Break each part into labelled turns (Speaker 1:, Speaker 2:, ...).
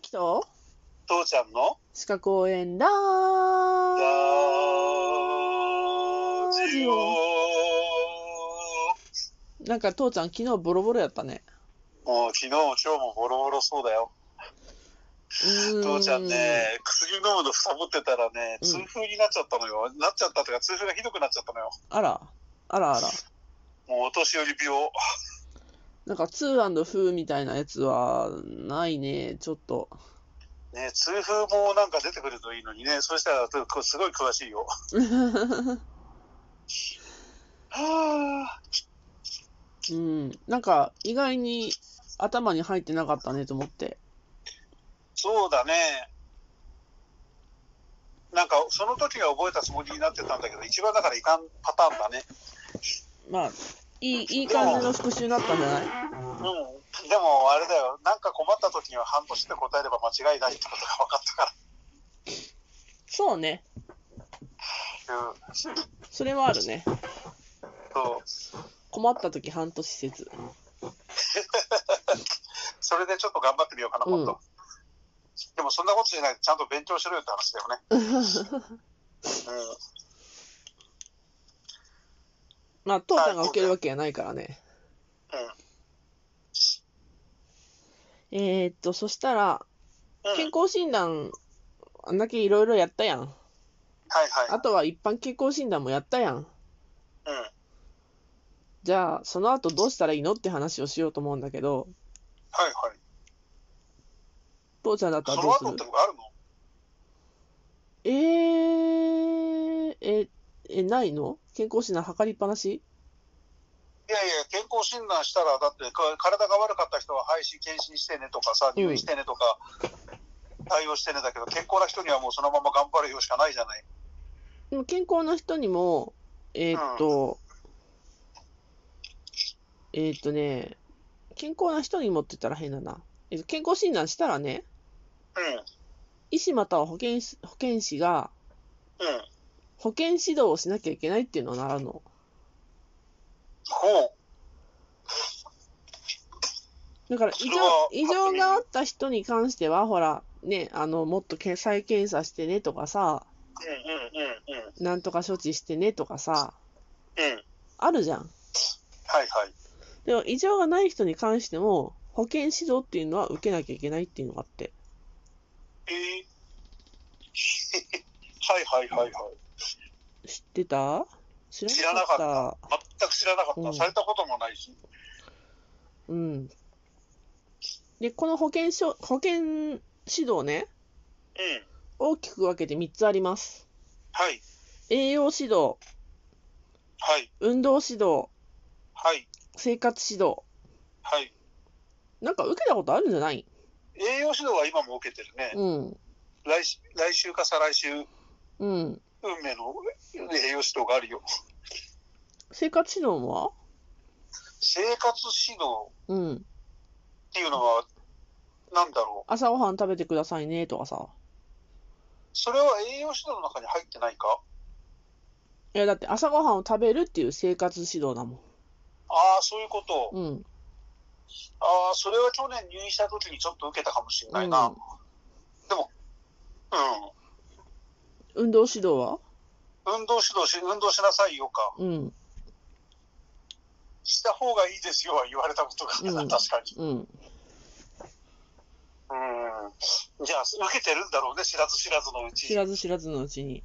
Speaker 1: きと
Speaker 2: 父ちゃんの
Speaker 1: 鹿公園ラ
Speaker 2: ラ
Speaker 1: ー
Speaker 2: ジオ
Speaker 1: なんか父ちゃん昨日ボロボロやったね
Speaker 2: もう昨日も今日もボロボロそうだよ。
Speaker 1: うー
Speaker 2: 父ちゃんね、薬飲むのサボってたらね、
Speaker 1: うん
Speaker 2: 痛風になっちゃったのよ。なっちゃったとか、痛風がひどくなっちゃったのよ。
Speaker 1: あらあらあら
Speaker 2: もうお年寄り病。
Speaker 1: なんかツーフーみたいなやつはないねちょっと
Speaker 2: ね、痛風もなんか出てくるといいのにね、そうしたらすごい 詳しいよ。はあ
Speaker 1: うんなんか意外に頭に入ってなかったねと思って
Speaker 2: そうだね。なんか、その時は覚えたつもりになってたんだけど、一番だからいかんパターンだね。
Speaker 1: まあいいいい感じの復習になったんじゃない
Speaker 2: うん。でも、あれだよ。なんか困った時には半年で答えれば間違いないってことが分かったから。
Speaker 1: そうね
Speaker 2: うん、
Speaker 1: それはあるね
Speaker 2: そう
Speaker 1: 困った時半年説
Speaker 2: それでちょっと頑張ってみようかな、
Speaker 1: うん
Speaker 2: 今度。でもそんなことしないでちゃんと勉強しろよって話 だよね。うん、
Speaker 1: まあ父ちゃんが受けるわけがないからね
Speaker 2: うん
Speaker 1: えー、っとそしたら
Speaker 2: うん、
Speaker 1: 健康診断あんだけいろいろやったやん
Speaker 2: はいは
Speaker 1: あとは一般健康診断もやったやん
Speaker 2: い。うん、
Speaker 1: じゃあその後どうしたらいいのって話をしようと思うんだけど
Speaker 2: はいはい。
Speaker 1: 父ちゃんだった
Speaker 2: そ
Speaker 1: らどう
Speaker 2: の
Speaker 1: す
Speaker 2: 後って
Speaker 1: る
Speaker 2: のがあるの
Speaker 1: えー、ええないの健康診断測りっぱなし
Speaker 2: いやいや、健康診断したら、だってか体が悪かった人は廃止、検診してねとかさ、
Speaker 1: うん
Speaker 2: 入院してねと か、対応してねだけど、健康な人にはもうそのまま頑張るよしかないじゃない。
Speaker 1: でも健康な人にもえー、っと、えー、っとね健康な人にもって言ったら変だな、えっと、健康診断したらね
Speaker 2: うん、
Speaker 1: 医師または保健師保健師が
Speaker 2: うん。
Speaker 1: 保健指導をしなきゃいけないっていうのを習うの。
Speaker 2: ほう。
Speaker 1: だから異
Speaker 2: それは
Speaker 1: 常異常があった人に関しては、ほら、ね、あの、もっとけ再検査してねとかさ、
Speaker 2: うん、うん、うん、うん。
Speaker 1: なんとか処置してねとかさ、
Speaker 2: うん、
Speaker 1: あるじゃん。
Speaker 2: はいはい。
Speaker 1: でも異常がない人に関しても、保健指導っていうのは受けなきゃいけないっていうのがあって。
Speaker 2: えー はいはいはいはい。
Speaker 1: 知ってた知らなかった。
Speaker 2: 知らな全く知らなかった、
Speaker 1: うん
Speaker 2: されたこともないし。
Speaker 1: うん。で、この保健所、保健指導ね、
Speaker 2: うん。
Speaker 1: 大きく分けて3つあります。
Speaker 2: はい、
Speaker 1: 栄養指導、
Speaker 2: はい、
Speaker 1: 運動指導、
Speaker 2: はい、
Speaker 1: 生活指導。
Speaker 2: はい。
Speaker 1: なんか受けたことあるんじゃない
Speaker 2: 栄養指導は今も受けてるね。
Speaker 1: うん。
Speaker 2: 来し来週か再来週、
Speaker 1: うん。
Speaker 2: 運命の栄養指導があるよ。
Speaker 1: 生活指導は
Speaker 2: 生活指導
Speaker 1: うん。
Speaker 2: っていうのは、なんだろう。
Speaker 1: 朝ごはん食べてくださいねとかさ。
Speaker 2: それは栄養指導の中に入ってないか
Speaker 1: いや、だって朝ごはんを食べるっていう生活指導だも
Speaker 2: ああ、そういうこと。
Speaker 1: ん。うん。
Speaker 2: ああ、それは去年入院した時にちょっと受けたかもしれないな。
Speaker 1: う
Speaker 2: うんん。
Speaker 1: 運動指導は
Speaker 2: 運動指導し、運動しなさいよか。
Speaker 1: うん。
Speaker 2: した方がいいですよは言われたことがあるな、
Speaker 1: うん
Speaker 2: 確かに。
Speaker 1: うん。
Speaker 2: うんじゃあ、受けてるんだろうね、知らず知らずのうち。
Speaker 1: 知らず知らずのうちに。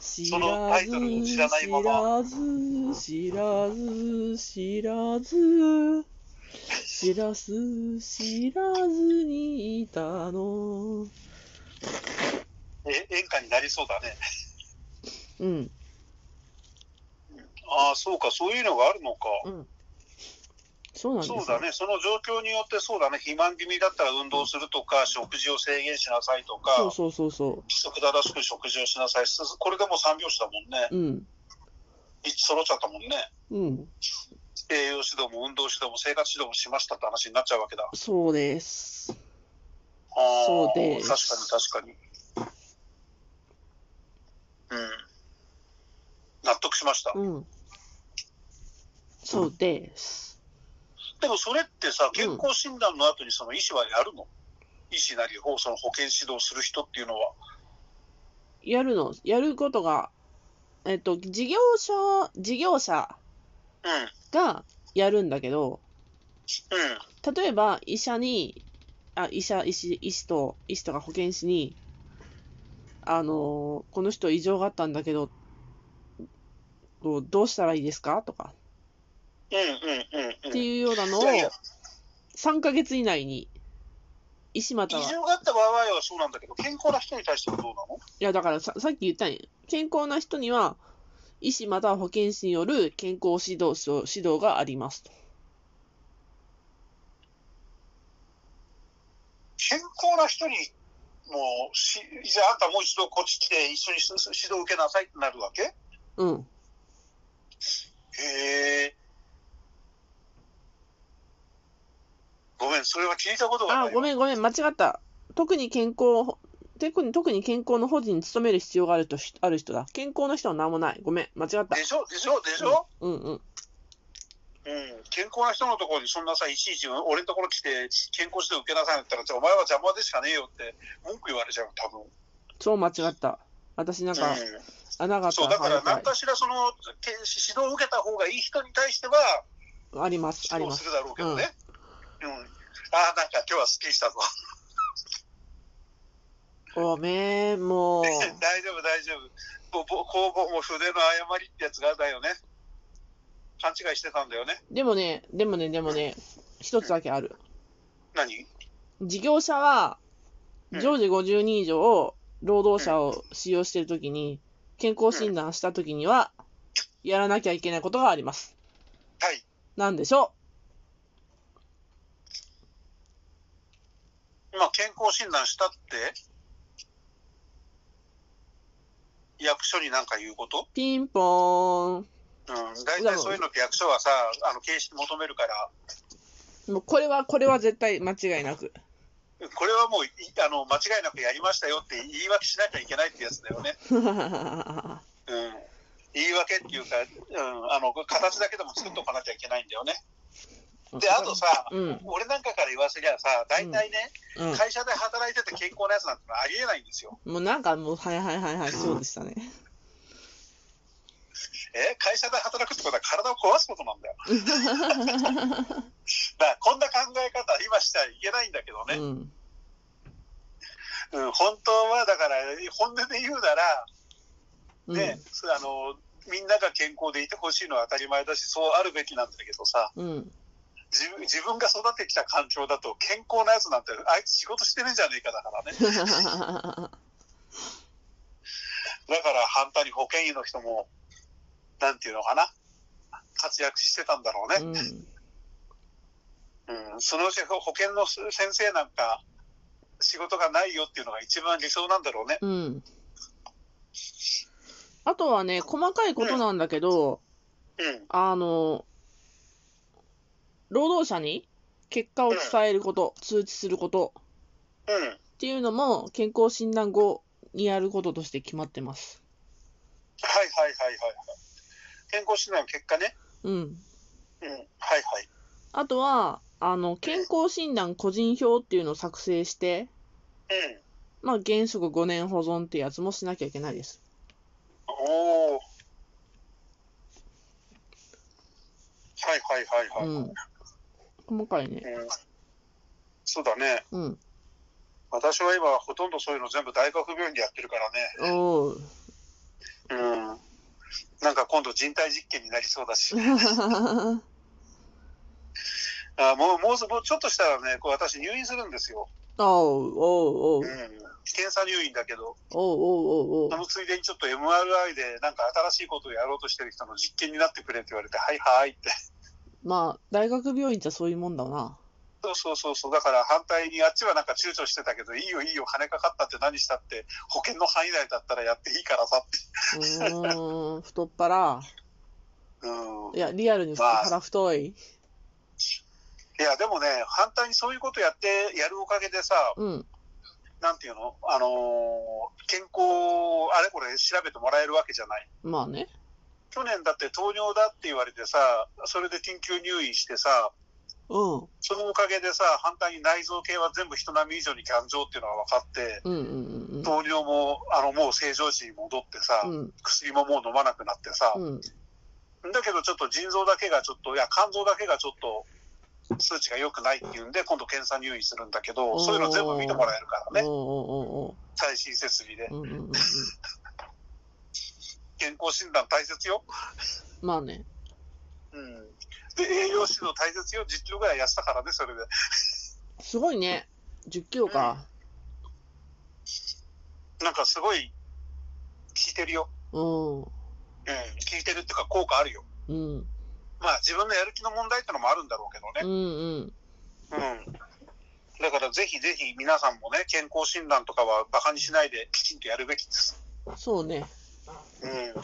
Speaker 1: 知
Speaker 2: の
Speaker 1: ら
Speaker 2: タ
Speaker 1: ず
Speaker 2: イトルを知らないまま
Speaker 1: 知らず知らず知らず知らずにいたの。
Speaker 2: え演歌になりそうだね。
Speaker 1: うん。
Speaker 2: ああ、そうか、そういうのがあるのか。
Speaker 1: そうなんです
Speaker 2: そ
Speaker 1: よ
Speaker 2: うだね、その状況によってそうだね、肥満気味だったら運動するとか、食事を制限しなさいとか、
Speaker 1: そうそうそうそ
Speaker 2: 規則正しく食事をしなさい、すこれでもう三拍子だもんね、
Speaker 1: う。うん。
Speaker 2: 3つ揃っちゃったもんね、
Speaker 1: うん。
Speaker 2: 栄養指導も運動指導も生活指導もしましたって話になっちゃうわけだ。
Speaker 1: そうです。
Speaker 2: あー
Speaker 1: そうです
Speaker 2: 確かに確かに。うん。納得しました。
Speaker 1: うん。そうです。
Speaker 2: でもそれってさ、健康診断の後にその医師はやるの、医師なりをその保健指導する人っていうのは、
Speaker 1: やるの、やることが、えっと、事業者、事業者
Speaker 2: うん、うん、
Speaker 1: がやるんだけど、例えば医者に、あ、医者、医師、医師と、医師とか保健師に、あのーこの人異常があったんだけど、どうどうしたらいいですかとか、
Speaker 2: うん、うん、うん、う
Speaker 1: っ
Speaker 2: ん。
Speaker 1: ていうようなのを
Speaker 2: いやいや、
Speaker 1: 3ヶ月以内に、医師または
Speaker 2: 異、常があった場合はそうなんだけど、健康な人に対してはどうなの
Speaker 1: いや、だからささっき言ったんや。健康な人には、医師または保健師による健康指導し指導がありますと。
Speaker 2: 健康な人にもうし、じゃああんたもう一度こっち来て一緒にす指導受けなさいってなるわけへ
Speaker 1: うん。
Speaker 2: え。ごめん、それは聞いたことがない
Speaker 1: あ
Speaker 2: わ。、
Speaker 1: ごめんごめん、間違った。特に健康、特に特に健康の保持に努める必要があるとしある人だ。健康な人は何もない。ごめん、間違った。
Speaker 2: でしょでしょでしょ、
Speaker 1: うんうん。
Speaker 2: うん、健康な人のところにそんなさ、いちいち俺のところ来て健康指導受けなさいって言ったら、じゃあお前は邪魔でしかねえよって文句言われちゃう、多分。
Speaker 1: 超間違った。私なんか、
Speaker 2: うん
Speaker 1: 穴があった
Speaker 2: そう、だから
Speaker 1: は
Speaker 2: 何
Speaker 1: いは
Speaker 2: かしらその、け指導を受けた方がいい人に対しては、
Speaker 1: いあります、あ
Speaker 2: 指
Speaker 1: り
Speaker 2: 導。
Speaker 1: ます
Speaker 2: るだろうけどね。うん。ああ、なんか今日はスッキリしたぞ。。
Speaker 1: ごめん、もう
Speaker 2: 大丈夫、大丈夫。ぼぼ工房も筆の誤りってやつがだよね。勘違いしてたんだよね。
Speaker 1: でもね、でもね、でもね、一つだけある。
Speaker 2: 何
Speaker 1: 事業者は、
Speaker 2: うん
Speaker 1: 常時50人以上を労働者を使用しているときに、健康診断したときには、やらなきゃいけないことがあります。
Speaker 2: はい。
Speaker 1: なんでしょ
Speaker 2: 今、健康診断したって、役所に何か言うこと
Speaker 1: うピンポー
Speaker 2: うん。大体そういうのって役所はさ、あの、形式求めるから、
Speaker 1: ン。もうこれは、これは絶対間違いな く。
Speaker 2: これはもうい、あの、間違いなくやりましたよって言い訳しなきゃいけないってやつだよね。うん。言い訳っていうか、うん、あの、形だけでも作っとかなきゃいけないんだよね。で、あとさ、
Speaker 1: うん、
Speaker 2: 俺なんかから言わせりゃさ、大体ね、会社で働いてて健康なやつなんてのはありえないんですよ。
Speaker 1: うん。もうなんかもう、はいはいはいはい、そうでしたね。
Speaker 2: え会社で働くってことは体を壊すことなんだよ。だからこんな考え方は今しちゃいけないんだけど
Speaker 1: う
Speaker 2: ね。
Speaker 1: ん。
Speaker 2: うん、本当はだから、本音で言うなら、
Speaker 1: うん
Speaker 2: ね、そうあの、みんなが健康でいてほしいのは当たり前だし、そうあるべきなんだけどさ、
Speaker 1: うん。
Speaker 2: 自分自分が育ってきた環境だと健康なやつなんて、あいつ仕事してねえじゃねえかだからね。だから反対に保健医の人も、なんていうのかな、活躍してたんだろう
Speaker 1: う
Speaker 2: ね。
Speaker 1: ん。
Speaker 2: うん、そのうち保健の先生なんか、仕事がないよっていうのが一番理想なんだろうね。
Speaker 1: うん。あとはね、細かいことなんだけど、
Speaker 2: うん、
Speaker 1: あの、労働者に結果を伝えること、通知すること
Speaker 2: うん。
Speaker 1: っていうのも健康診断後にやることとして決まってます。
Speaker 2: はいはいはいはいはい。健康診断の結果ね。
Speaker 1: うん。
Speaker 2: うん、はいはい。
Speaker 1: あとは、あの、健康診断個人票っていうのを作成して、
Speaker 2: うん。
Speaker 1: まあ、原則5年保存ってやつもしなきゃいけないです。
Speaker 2: おお。はいはいはいは
Speaker 1: う
Speaker 2: い。
Speaker 1: ん。細かいね。
Speaker 2: うん、そうだね。
Speaker 1: うん。
Speaker 2: 私は今ほとんどそういうの全部大学病院でやってるからね。
Speaker 1: おう。、
Speaker 2: うんなんか今度人体実験になりそうだし
Speaker 1: は
Speaker 2: あもうもうすもうちょっとしたらね、こう私入院するんですよ、
Speaker 1: おう おうおうお
Speaker 2: う、
Speaker 1: うん
Speaker 2: 検査入院だけど、
Speaker 1: おうおうお
Speaker 2: そうのついでにちょっと MRI でなんか新しいことをやろうとしてる人の実験になってくれって言われて、はいはいって、
Speaker 1: まあ、大学病院じゃそういうもんだな。
Speaker 2: そうそうそうそう、だから反対にあっちはなんか躊躇してたけど、いいよいいよ、金かかったって何したって、保険の範囲内だったらやっていいからさって。
Speaker 1: うーん、太っ腹。
Speaker 2: うん
Speaker 1: いや、リアルに太っ腹太い。
Speaker 2: いやでもね、反対にそういうことやってやるおかげでさ、
Speaker 1: うん、
Speaker 2: なんていうの、あのー健康をあれこれ調べてもらえるわけじゃない。
Speaker 1: まあね。
Speaker 2: 去年だって糖尿だって言われてさ、それで緊急入院してさ、
Speaker 1: うん。
Speaker 2: そのおかげでさ、反対に内臓系は全部人並み以上に頑丈っていうのが分かって、
Speaker 1: うんうん
Speaker 2: 糖尿も、あの、もう正常値に戻ってさ、
Speaker 1: うん。うん。
Speaker 2: 薬ももう飲まなくなってさ、
Speaker 1: うん。
Speaker 2: だけどちょっと腎臓だけがちょっと、いや、肝臓だけがちょっと、数値が良くないっていうんで、今度検査入院するんだけ
Speaker 1: お
Speaker 2: ど、
Speaker 1: ー
Speaker 2: そういうの全部見てもらえるからね、
Speaker 1: お
Speaker 2: 最新設備で
Speaker 1: ーおーおーおー。うんうんうんうん。
Speaker 2: 健康診断大切よ。
Speaker 1: まあね。
Speaker 2: うん。で、栄養指導大切よ。10キロぐらい痩せたからね、それで。
Speaker 1: すごいね。10キロか。
Speaker 2: なんかすごい、効いてるよ。
Speaker 1: うん。
Speaker 2: うん、効いてるっていうか効果あるよ。
Speaker 1: うん。
Speaker 2: まあ自分のやる気の問題ってのもあるんだろうけど
Speaker 1: うん
Speaker 2: ね。
Speaker 1: うん。
Speaker 2: うん。だからぜひぜひ皆さんもね、健康診断とかはバカにしないできちんとやるべきです。
Speaker 1: そうね。
Speaker 2: うん。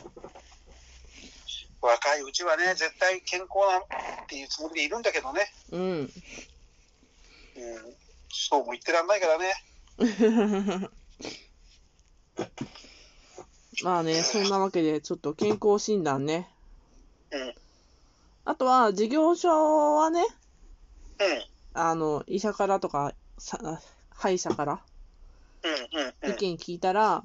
Speaker 2: 若いうちはね、絶対健康なっていうつもりでいるんだけどね。
Speaker 1: うん。
Speaker 2: うん。そうも言ってらんないからね。
Speaker 1: まあね、そんなわけで、ちょっと健康診断ね。
Speaker 2: うん
Speaker 1: あとは、事業所はね、
Speaker 2: う
Speaker 1: あの、医者からとか、さ歯医者から
Speaker 2: ん。うん。うん。うん
Speaker 1: 意。見聞いたら、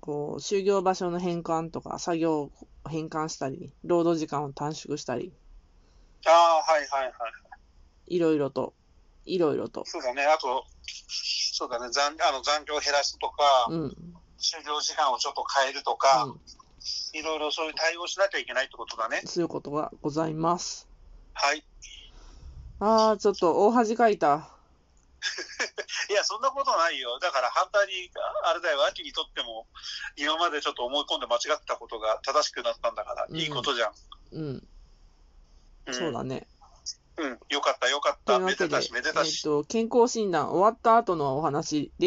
Speaker 1: こう、就業場所の変換とか、作業を変換したり、労働時間を短縮したり、
Speaker 2: ああ、はいはいはい。
Speaker 1: いろいろと、いろいろと。
Speaker 2: そうだね。あと、そうだね。残あの残業を減らすとか、
Speaker 1: うん。うん。
Speaker 2: 就業時間をちょっと変えるとか、いろいろそういう対応しなきゃいけないってことだね。
Speaker 1: そういうことがございます。
Speaker 2: はい。
Speaker 1: ああ、ちょっと大恥かいた。
Speaker 2: いや、そんなことないよ。だから反対に、ああれだよ、秋にとっても、今までちょっと思い込んで間違ってたことが正しくなったんだから、
Speaker 1: うん
Speaker 2: いいことじゃん。
Speaker 1: うん、
Speaker 2: うん、
Speaker 1: そうだね。
Speaker 2: うん、よかった、よかっ
Speaker 1: とい
Speaker 2: た。
Speaker 1: う
Speaker 2: め
Speaker 1: わけ
Speaker 2: で
Speaker 1: で、え
Speaker 2: た
Speaker 1: っ
Speaker 2: し、めでたし。
Speaker 1: と、健康診断終わった後のお話で